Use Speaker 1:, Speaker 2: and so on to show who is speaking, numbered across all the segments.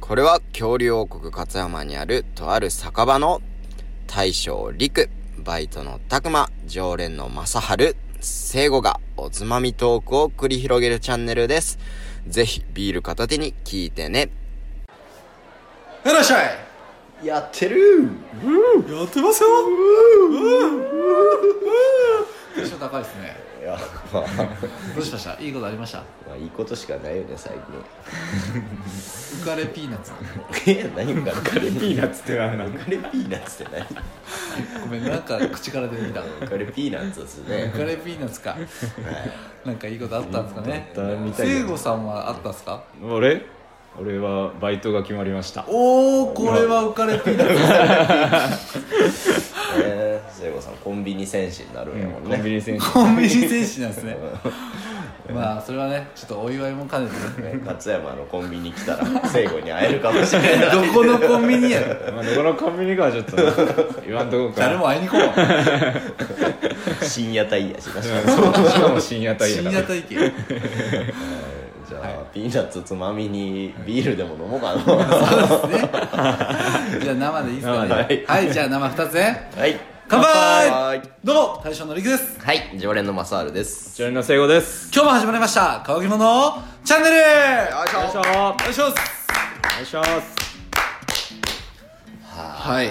Speaker 1: これは恐竜王国勝山にあるとある酒場の大将陸、バイトの拓馬、常連の正春、聖子がおつまみトークを繰り広げるチャンネルです。ぜひビール片手に聞いてね。
Speaker 2: いらっしゃい
Speaker 1: やってる
Speaker 2: やってますようんテンション高いですね
Speaker 1: いや、まあ、
Speaker 2: どうしましたいいことありました
Speaker 1: まあいいことしかないよね、最
Speaker 2: 浮かれピーナッツ
Speaker 1: 近。え、何か浮かれピ
Speaker 3: ピーナッツってなんだ
Speaker 1: れピーナッツって何浮
Speaker 2: ごめんなんか口から出てきた浮
Speaker 1: かれピーナッツです ね。
Speaker 2: かれピーナッツかなんかいいことあったんですかね
Speaker 3: あったみたいだ
Speaker 2: 聖子さんはあったんですか
Speaker 3: 俺俺はバイトが決まりました
Speaker 2: おおこれは浮かれピーナッツ
Speaker 1: えー、聖子さん、コンビニ戦士になる
Speaker 3: うん
Speaker 1: やも
Speaker 3: ん
Speaker 1: ん
Speaker 3: コンビ
Speaker 1: ね。
Speaker 3: ニ選手
Speaker 2: コンビニ戦士なんですねまあそれはねちょっとお祝いも兼ねてね
Speaker 1: 勝山のコンビニ来たら、聖子に会えるかもしれない。
Speaker 2: どこのコンビニやろ
Speaker 3: まあどこのコンビニかはちょっとね言わんとこうか
Speaker 2: 誰も会いに来んわ
Speaker 1: 深夜帯やし な。
Speaker 3: うんしかも深夜帯だ
Speaker 2: 深
Speaker 3: か
Speaker 2: 夜
Speaker 3: ら
Speaker 2: 体験
Speaker 1: じゃあ、ピーナッツつまみにビールでも飲もうかな。
Speaker 2: そうですねじゃあ生でいいですかね
Speaker 1: 生
Speaker 2: は
Speaker 1: で
Speaker 2: い、じゃあ生2つね
Speaker 1: はい。
Speaker 2: 乾杯
Speaker 1: 乾杯
Speaker 2: どうも大将のりくです
Speaker 1: はい、常連のマサールです。
Speaker 3: 一応の聖子です
Speaker 2: 今日も始まりました「乾き物のチャンネル」
Speaker 1: よいし
Speaker 3: よいしょ
Speaker 1: ょ
Speaker 3: お願
Speaker 2: お願いします
Speaker 3: いします
Speaker 1: はい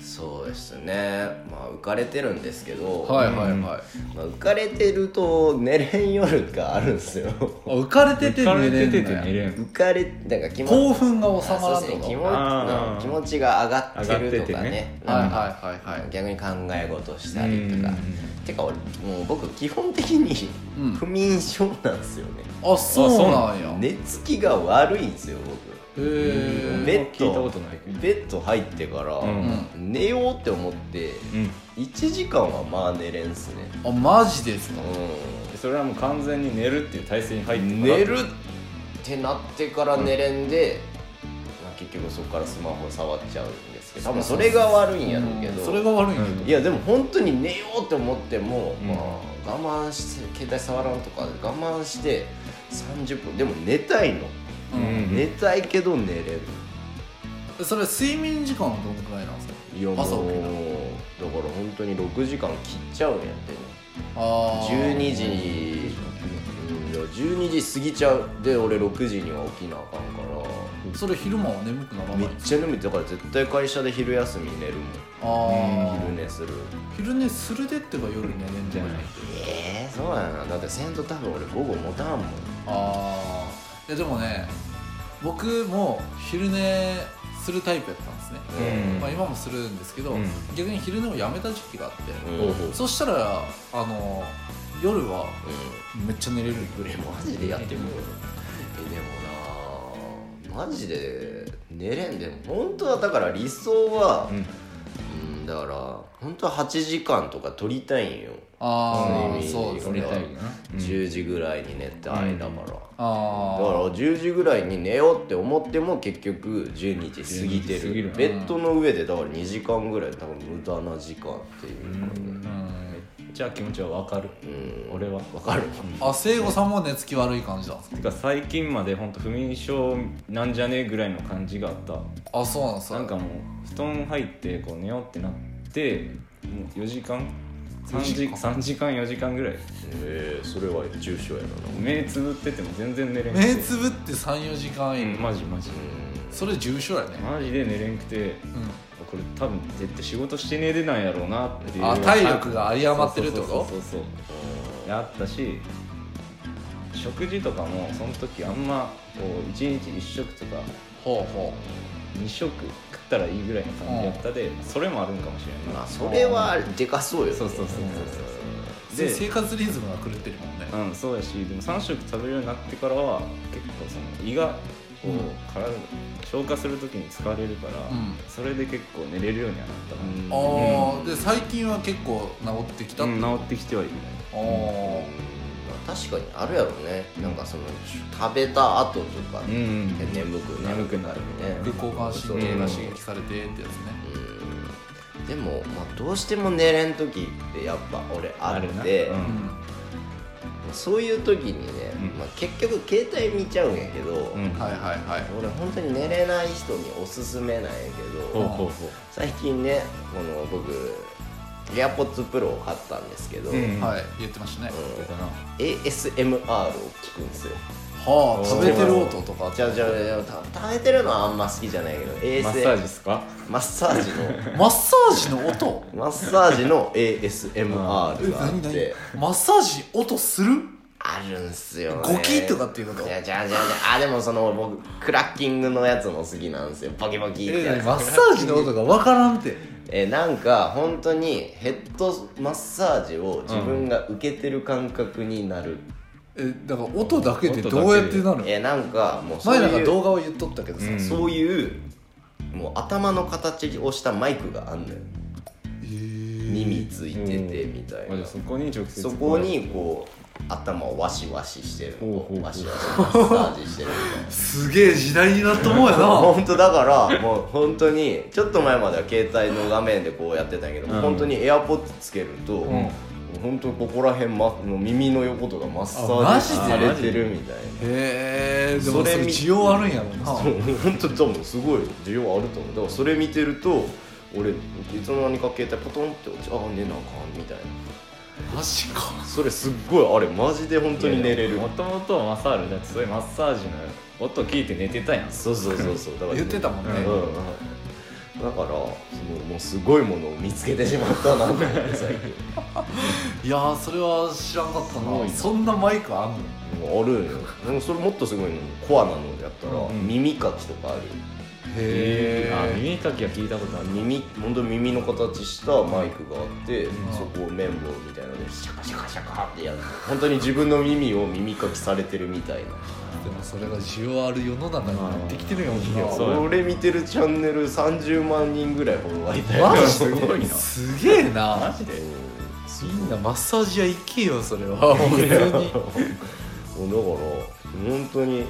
Speaker 1: そうですね。まあ、浮かれてるんですけど、
Speaker 2: はいはいはい
Speaker 1: まあ、浮かれてると寝れん夜があるんですよ。
Speaker 2: あ浮かれてて
Speaker 3: 疲
Speaker 2: 寝
Speaker 3: れ
Speaker 2: れ
Speaker 3: て
Speaker 2: ん
Speaker 3: て
Speaker 2: の
Speaker 3: 寝
Speaker 2: や
Speaker 3: れん
Speaker 1: 浮かれ、なんか気持ち、
Speaker 2: 興奮が収
Speaker 1: あ
Speaker 2: ま
Speaker 1: そう
Speaker 2: らん
Speaker 1: ですね
Speaker 2: と
Speaker 1: 気持
Speaker 3: あー
Speaker 1: うん気持ちが上がってるとかね
Speaker 2: か
Speaker 1: な
Speaker 2: は
Speaker 1: ん
Speaker 2: い
Speaker 1: か
Speaker 2: はいはいはい
Speaker 1: 逆に考え事したりと
Speaker 3: う
Speaker 1: か
Speaker 3: ん
Speaker 1: てか俺もう僕基本的に
Speaker 2: うん
Speaker 1: 不眠症なんですよね、
Speaker 2: あそうなんやへ
Speaker 1: 寝つきが悪いんですよ僕
Speaker 2: え
Speaker 1: ベッド
Speaker 3: 聞いたことないけど
Speaker 1: ベッド入ってから、
Speaker 3: うん
Speaker 1: 寝ようって思って
Speaker 3: うん
Speaker 1: 1時間はまあ寝れんっすね
Speaker 2: あマジですか
Speaker 1: う
Speaker 3: それはもう完全に寝るっていう体勢に入って
Speaker 1: ん
Speaker 3: から
Speaker 1: 寝るってなってから寝れんで、まあ、結局そこからスマホ触っちゃうんですけど多分それが悪いんやろうけど
Speaker 2: それが悪いんや
Speaker 3: うん
Speaker 1: いやでも本当に寝ようって思っても、
Speaker 3: うん
Speaker 1: まあ、我慢して携帯触らんとかで我慢して30分でも寝たい
Speaker 2: け
Speaker 1: の、
Speaker 2: ど、う
Speaker 3: うんん
Speaker 1: 寝たいけど寝れる
Speaker 2: それは睡眠時間はどのくらいなんですか
Speaker 1: いやもうだ
Speaker 2: 朝
Speaker 1: か
Speaker 2: 起きる
Speaker 1: ら本当に6時間切っちゃうんやってね
Speaker 2: あー
Speaker 1: 12時にうんいや12時過ぎちゃうで俺6時には起きなあかんから
Speaker 2: それ昼間は眠くならな
Speaker 1: め
Speaker 2: い
Speaker 1: っちゃ眠いだから絶対会社で昼休み寝るもん
Speaker 2: あ
Speaker 1: 昼
Speaker 2: ー
Speaker 1: 寝する
Speaker 2: 昼寝するでってか夜寝れんじゃない
Speaker 1: ええそうやなだってせんと多分俺午後持たんもん
Speaker 2: ああいやでもね僕も昼寝するタイプやったんですね、
Speaker 3: うん
Speaker 2: まあ、今もするんですけど、
Speaker 3: うん
Speaker 2: 逆に昼寝をやめた時期があって、
Speaker 1: うん
Speaker 2: そしたらあの夜はめっちゃ寝れるんよ
Speaker 1: 俺マジでやってみようえでもなあマジで寝れんでも本当はだから理想は
Speaker 3: うん
Speaker 1: うんだから本当は8時間とか取りたいんよ、
Speaker 2: ああ
Speaker 1: 睡眠
Speaker 2: そうです
Speaker 3: 俺
Speaker 2: ね
Speaker 3: たいな
Speaker 1: 10時ぐらいに寝た間だから、だか
Speaker 2: あ
Speaker 1: ら10時ぐらいに寝ようって思っても結局12時過ぎて
Speaker 3: 12時過ぎ
Speaker 1: る
Speaker 3: るな
Speaker 1: ベッドの上でだから2時間ぐらい多分無駄な時間っていうかね
Speaker 2: あうん
Speaker 3: じゃあ気持ちはわかる
Speaker 1: うん
Speaker 3: 俺は
Speaker 1: わかる
Speaker 2: あ聖子さんも寝つき悪い感じなんですか
Speaker 3: てか最近まで本当不眠症なんじゃねえぐらいの感じがあった
Speaker 2: あそうなんです
Speaker 3: なんかもう布団入ってこう寝ようってなってもう4時間3時3時間4時間ぐらい
Speaker 1: えー、それは重症やな
Speaker 3: 目つぶってても全然寝れんくて
Speaker 2: 目つぶって34時間いる、
Speaker 3: うんマジマジ
Speaker 2: それ重症やね、
Speaker 3: マジで寝れんくて
Speaker 2: う
Speaker 3: これ多分絶対仕事して寝れないやろうなっていう
Speaker 2: あ体力が有り余ってるってこと
Speaker 3: そうそうそうそうあったし食事とかもその時あんまこう1日1食とか
Speaker 2: ほうほ
Speaker 3: 2食食ったらいいぐらいの感じやったでそれもあるんかもしれない
Speaker 1: まあそれはでかそうよ、ね、
Speaker 3: そうそうそうそう
Speaker 2: う
Speaker 3: そう
Speaker 2: で生活リズムが狂ってるもんね
Speaker 3: うんそうやしでも3食食べるようになってからは結構その胃がこう、
Speaker 2: うん
Speaker 3: 体が消化するときに疲れるから、
Speaker 2: うん
Speaker 3: それで結構寝れるようにはなったな
Speaker 2: あーで最近は結構治ってきたって
Speaker 3: うん治ってきてはいる
Speaker 2: あー
Speaker 1: まあ確かにあるやろねなんかその食べた後とか、
Speaker 3: うん、
Speaker 1: 眠くなる
Speaker 3: 眠くなる
Speaker 1: ね
Speaker 2: 副交感神経が刺激されてってやつね
Speaker 1: うんでも、まあ、どうしても寝れん時ってやっぱ俺あ
Speaker 3: あ
Speaker 1: っ
Speaker 3: るな
Speaker 1: て
Speaker 3: うん
Speaker 2: うん
Speaker 1: そういう時にね、
Speaker 3: うん
Speaker 1: まあ、結局携帯見ちゃうんやけど、
Speaker 3: うん
Speaker 2: はいはいはい
Speaker 1: 俺本当に寝れない人におすすめなんやけ
Speaker 3: ほう
Speaker 1: ど
Speaker 3: ほうほ
Speaker 1: 最近ねこの僕 AirPods Pro を買ったんですけど、
Speaker 3: ううん
Speaker 2: はい言ってましたね
Speaker 3: 出たな
Speaker 1: ASMR を聞くんですよ
Speaker 2: はあ食べてる音とか
Speaker 1: じゃあじゃあでもた食べてるのはあんま好きじゃないけど ASM
Speaker 3: マッサージですか
Speaker 1: マッサージの
Speaker 2: マッサージの音
Speaker 1: マッサージの ASMR があ
Speaker 2: え何何
Speaker 1: って
Speaker 2: マッサージ音する
Speaker 1: あるんすよね
Speaker 2: ゴキとかっていうこと
Speaker 1: いやじゃあじゃあじゃああでもその僕クラッキングのやつも好きなんですよボキボキってや
Speaker 2: え
Speaker 1: つ
Speaker 2: マッサージの音がわからんって
Speaker 1: えーなんか本当にヘッドマッサージを自分が受けてる感覚になる、
Speaker 2: えだから音だけでどうやってなるの
Speaker 1: えーなんかもうそう
Speaker 2: 前なんか
Speaker 1: いう
Speaker 2: 動画を言っとったけどさ、
Speaker 3: うん
Speaker 1: そういうもう頭の形をしたマイクがあんのよ耳ついててみたいな、
Speaker 3: あじゃあそこに直接
Speaker 1: そこにこう頭をワシワシしてる
Speaker 3: ほうほうほう
Speaker 1: ワシワシマッサージしてるみたいな
Speaker 2: すげえ時代になったもんや な
Speaker 1: 本当だからもう本当にちょっと前までは携帯の画面でこうやってたんやけど、
Speaker 3: うん
Speaker 1: 本当にエアポッ d つけると、
Speaker 3: ん
Speaker 1: 本当にここら辺、ま、もう耳の横とかマッサ
Speaker 2: あマ
Speaker 1: ー
Speaker 2: ジ
Speaker 1: ジ
Speaker 2: で
Speaker 1: されてるみたい
Speaker 2: へえでもそ
Speaker 1: そ
Speaker 2: れ
Speaker 1: れ見
Speaker 2: 需要あるんやろな
Speaker 1: な、そう本当多分すごい需要あると思うだからそれ見てると俺いつの間にか携帯ポトンって落ちあ寝なあかんみたいな
Speaker 2: マジか
Speaker 1: それすっごいあれマジで本当に寝れる
Speaker 3: もともとマッサージだってそういうマッサージの音聞いて寝てたやん
Speaker 1: そうそうそうそうだから
Speaker 2: 言ってたもんね、
Speaker 1: うんうんだからそのもうすごいものを見つけてしまったなと思って最近
Speaker 2: いやーそれは知らんかった
Speaker 3: すご
Speaker 2: ない
Speaker 3: な
Speaker 2: そんなマイクあんの
Speaker 1: もうあるんよでもそれもっとすごいのコアなのやったら、
Speaker 3: うん
Speaker 1: 耳かきとかあるよ
Speaker 2: へ
Speaker 3: あ
Speaker 2: え
Speaker 3: 耳かきは聞いたことある
Speaker 1: 耳本当耳の形したマイクがあって、
Speaker 2: ん
Speaker 1: そこを綿棒みたいなのでシャカシャカシャカってやる本当に自分の耳を耳かきされてるみたいな
Speaker 2: でもそれが需要ある世の中になってきてるやもんな、
Speaker 3: うんそうや
Speaker 1: 俺見てるチャンネル30万人ぐらいフォロワーいたよ
Speaker 2: マジ
Speaker 3: すごいな
Speaker 2: すげえ
Speaker 3: マ
Speaker 2: な
Speaker 3: ジで
Speaker 2: みんなマッサージ屋行けよそれはもう別に
Speaker 1: もうだから本当にも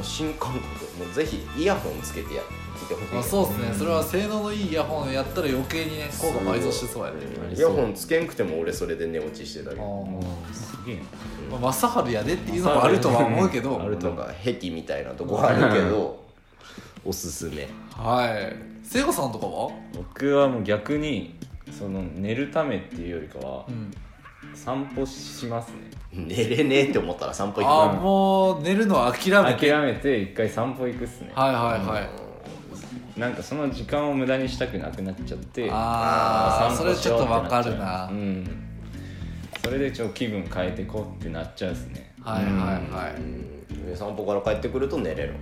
Speaker 1: う新感覚もうぜひイヤホンつけてや聞いてほしい
Speaker 2: まあそうですねそれは性能のいいイヤホンやったら余計にね効果倍増してそうやね
Speaker 1: うんイヤホンつけんくても俺それで寝落ちしてたけ
Speaker 2: あ
Speaker 1: ど
Speaker 2: ー
Speaker 3: うすげえな
Speaker 2: まあ正治やでっていうのもあるとは思うけど
Speaker 3: あると
Speaker 1: なんか壁みたいなとこあるけどおすすめ
Speaker 2: はい聖子さんとかは
Speaker 3: 僕はもう逆にその寝るためっていうよりかは
Speaker 2: うん
Speaker 3: 散歩しますね
Speaker 1: 寝れねえって思ったら散歩行
Speaker 2: あーもう寝るのは諦め
Speaker 3: 諦
Speaker 2: て
Speaker 3: めて一回散歩行くっすね
Speaker 2: はいはいはい、
Speaker 3: なんかその時間を無駄にしたくなくなっちゃって
Speaker 2: ああ
Speaker 3: 散
Speaker 2: そ
Speaker 3: 歩
Speaker 2: れ
Speaker 3: し
Speaker 2: ちょ
Speaker 3: よ
Speaker 2: っ
Speaker 3: う
Speaker 2: と
Speaker 3: てな
Speaker 2: わ
Speaker 3: っ
Speaker 2: か
Speaker 3: ちゃう
Speaker 2: るな、
Speaker 3: うんそれでちょっと気分変えてこうってなっちゃうっすね
Speaker 2: はいはいはい、
Speaker 1: くうんで散歩から帰ってくると寝れろ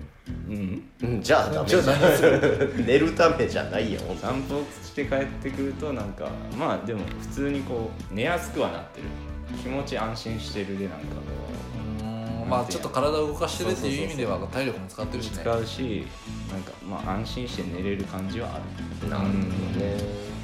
Speaker 3: うん
Speaker 1: うんじゃあダメじゃん寝るためじゃないよほんと
Speaker 3: 散歩して帰ってくるとなんかまあでも普通にこう寝やすくはなってる気持ち安心してるでなんか
Speaker 2: うーんまあちょっと体を動かしてるっていう意味では体力も使ってるしね
Speaker 3: 使うしなんかまあ安心して寝れる感じはある
Speaker 1: なるほど
Speaker 3: うん
Speaker 1: ね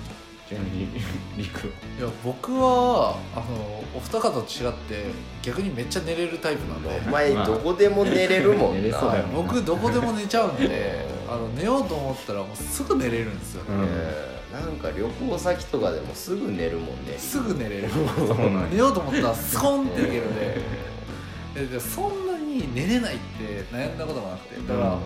Speaker 3: ちなみにりく
Speaker 2: いや僕はあのお二方と違って逆にめっちゃ寝れるタイプなんで、
Speaker 1: お前どこでも寝れるもん
Speaker 3: 寝れ
Speaker 1: な
Speaker 3: そうだよ
Speaker 2: 僕どこでも寝ちゃうん であの寝ようと思ったらもうすぐ寝れるんですよ、
Speaker 3: うん
Speaker 1: えーなんか旅行先とかでもすぐ寝るもんね
Speaker 2: すぐ寝れる
Speaker 3: そうなん
Speaker 2: 寝
Speaker 3: や
Speaker 2: ようと思ったらスコンっていけるんでえでそんなに寝れないって悩んだこともなくてだから、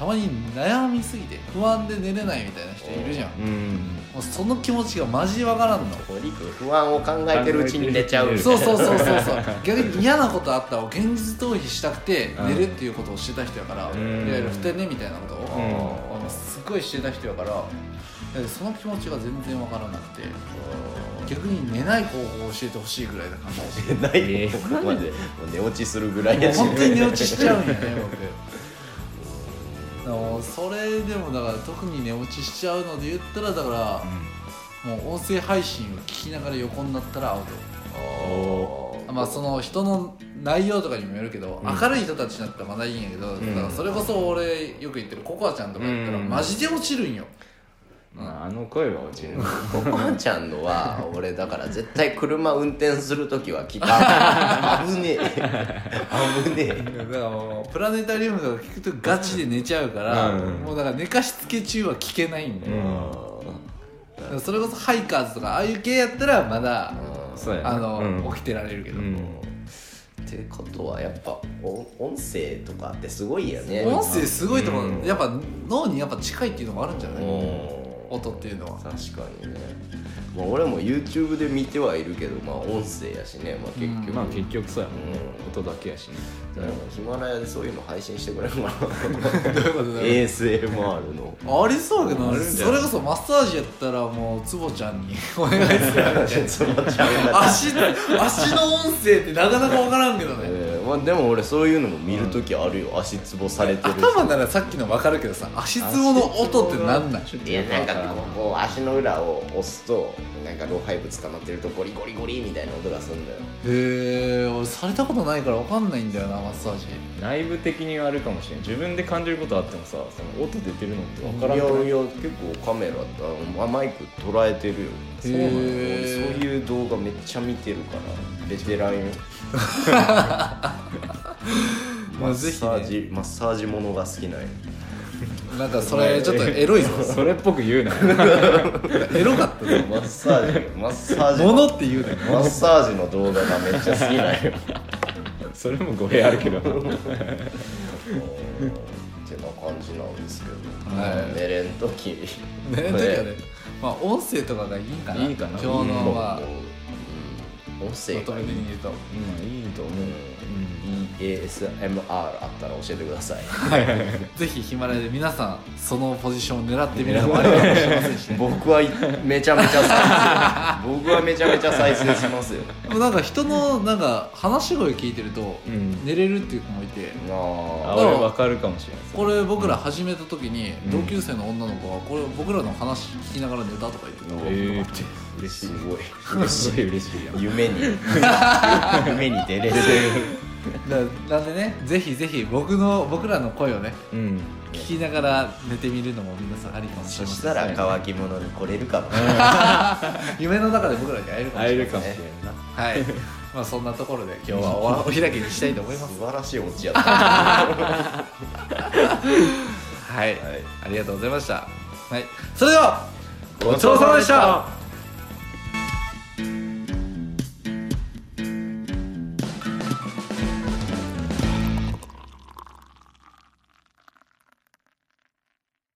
Speaker 2: たまに悩みすぎて不安で寝れないみたいな人いるじゃん、
Speaker 3: うん
Speaker 2: もうその気持ちがマジわからんの
Speaker 1: こうリク不安を考えてるうちに寝ちゃう
Speaker 2: そうそうそうそう そう逆に嫌なことあったら現実逃避したくて
Speaker 3: うん
Speaker 2: 寝るっていうことをしてた人やから、
Speaker 3: うん
Speaker 2: いわゆる「ふてね」みたいなことを、
Speaker 3: うん
Speaker 2: あのすっごいしてた人やからえその気持ちが全然わからなくて逆に寝ない方法を教えてほしいぐらいな感じ
Speaker 1: 寝 ない
Speaker 3: え
Speaker 1: よ
Speaker 3: ー
Speaker 1: ここまでもう寝落ちするぐらい
Speaker 2: もう
Speaker 1: やし
Speaker 2: 本当に寝落ちしちゃうんよね僕あのそれでもだから特に寝落ちしちゃうので言ったらだか
Speaker 3: う
Speaker 2: らもう音声配信を聞きながら横になったらアウト
Speaker 1: あ
Speaker 2: まあその人の内容とかにもよるけど、
Speaker 3: うん
Speaker 2: 明るい人たちだったらまだいいんやけど、
Speaker 3: ん
Speaker 2: だからそれこそ俺よく言ってるココアちゃんとかやったら
Speaker 3: うん
Speaker 2: マジで落ちるんよ、
Speaker 3: んまああの声は落ちるな
Speaker 1: おばあちゃんのは俺だから絶対車運転する時は聞かん危ねえ危ね
Speaker 2: だからもうプラネタリウムとか聞くとガチで寝ちゃうから、
Speaker 3: うん
Speaker 2: もうだから寝かしつけ中は聞けないんだよ、だからそれこそハイカーズとかああいう系やったらまだ、
Speaker 3: そうやな
Speaker 2: あの、
Speaker 3: うん
Speaker 2: 起きてられるけど、
Speaker 3: うん
Speaker 2: てことはやっぱ
Speaker 1: お音声とかってすごいよね
Speaker 2: 音声すごいと思う、
Speaker 1: うん
Speaker 2: やっぱ脳にやっぱ近いっていうのもあるんじゃない、
Speaker 1: うん
Speaker 2: 音っていうのは
Speaker 1: 確かにね、まあ、俺も YouTube で見てはいるけどまあ音声やしねまあ結局、
Speaker 2: うん
Speaker 3: ま
Speaker 1: まあ
Speaker 3: あ結局そうやもん、ね
Speaker 1: うん
Speaker 3: 音だけやしね
Speaker 1: ヒマラヤでそういうの配信してくれるかな
Speaker 2: どういうことだよ
Speaker 1: ASMR の
Speaker 2: ありそうやけどな
Speaker 3: あるんじゃ
Speaker 2: そ
Speaker 3: ない
Speaker 2: れこそマッサージやったらもうつぼちゃんに お願いするみたいな
Speaker 1: そのちゃうな
Speaker 2: 足の足の音声ってなかなか分からんけどね
Speaker 1: えーまあ、でも俺そういうのも見るときあるよ、足つぼされてる
Speaker 2: 頭ならさっきの分かるけどさ足つぼの音ってなんない
Speaker 1: いやなんかこうこう足の裏を押すとなんか老廃物溜まってるとゴリゴリゴリみたいな音がするんだよ
Speaker 2: へえ俺されたことないから分かんないんだよなマッサージ
Speaker 3: 内部的にはあるかもしれない自分で感じることあってもさその音出てるのって分からん
Speaker 1: い
Speaker 3: く
Speaker 1: や
Speaker 3: ない
Speaker 1: いや結構カメラあマイク捉えてるよそうなの
Speaker 2: へー
Speaker 1: そういう動画めっちゃ見てるからベテランよマ
Speaker 2: まあ
Speaker 1: ッ
Speaker 2: ぜひね
Speaker 1: サージ、マッサージものが好きなんよ
Speaker 2: なんかそれちょっとエロいぞ
Speaker 3: それっぽく言うな
Speaker 2: エロかったね
Speaker 1: マッサージマッサージ
Speaker 2: ものって言うね
Speaker 1: マッサージの動画がめっちゃ好きなん よ
Speaker 3: それも語弊あるけどな
Speaker 1: ってな感じなんですけど、
Speaker 2: はい
Speaker 1: 寝れん時
Speaker 2: ねとにかくねまあ音声とかがいいかない
Speaker 3: いかな
Speaker 2: 今日のまあ
Speaker 1: うん音声
Speaker 2: まと
Speaker 1: が
Speaker 2: め
Speaker 1: い
Speaker 2: 的
Speaker 1: い
Speaker 2: に言うと
Speaker 3: うんいいと思う、
Speaker 1: EASMR あったら教えてください
Speaker 2: ぜひヒマラヤで皆さんそのポジションを狙ってみるのもありかもしれませ んしね
Speaker 1: 僕はいめちゃめちゃ再 生僕はめちゃめちゃ再生しますよ
Speaker 2: でもなんか人のなんか話し声聞いてると
Speaker 3: うん
Speaker 2: 寝れるっていう子もいて
Speaker 3: あ
Speaker 1: あ
Speaker 3: 俺分かるかもしれない
Speaker 2: これ僕ら始めた時に
Speaker 3: ん
Speaker 2: 同級生の女の子はこれ僕らの話聞きながら寝たとか言ってた
Speaker 1: ー
Speaker 3: えーって
Speaker 1: 嬉しい
Speaker 3: すごい嬉しいやん
Speaker 1: 夢に夢に 出れる
Speaker 2: だなんでねぜひぜひ僕の僕らの声をね
Speaker 3: うん
Speaker 2: 聞きながら寝てみるのも皆さんありかもし
Speaker 1: そ
Speaker 2: れま
Speaker 1: し
Speaker 2: せん
Speaker 1: たら乾き物に来れるかも
Speaker 2: 夢の中で僕らに会えるかもし
Speaker 3: 会え
Speaker 2: れ
Speaker 3: る
Speaker 2: ない
Speaker 3: かもしれんな
Speaker 2: はいまあそんなところで今日はおお開きにしたいと思います
Speaker 1: 素晴らしいオチや った
Speaker 2: はい、
Speaker 1: はい
Speaker 2: ありがとうございました、はい、それではごちそうさまでした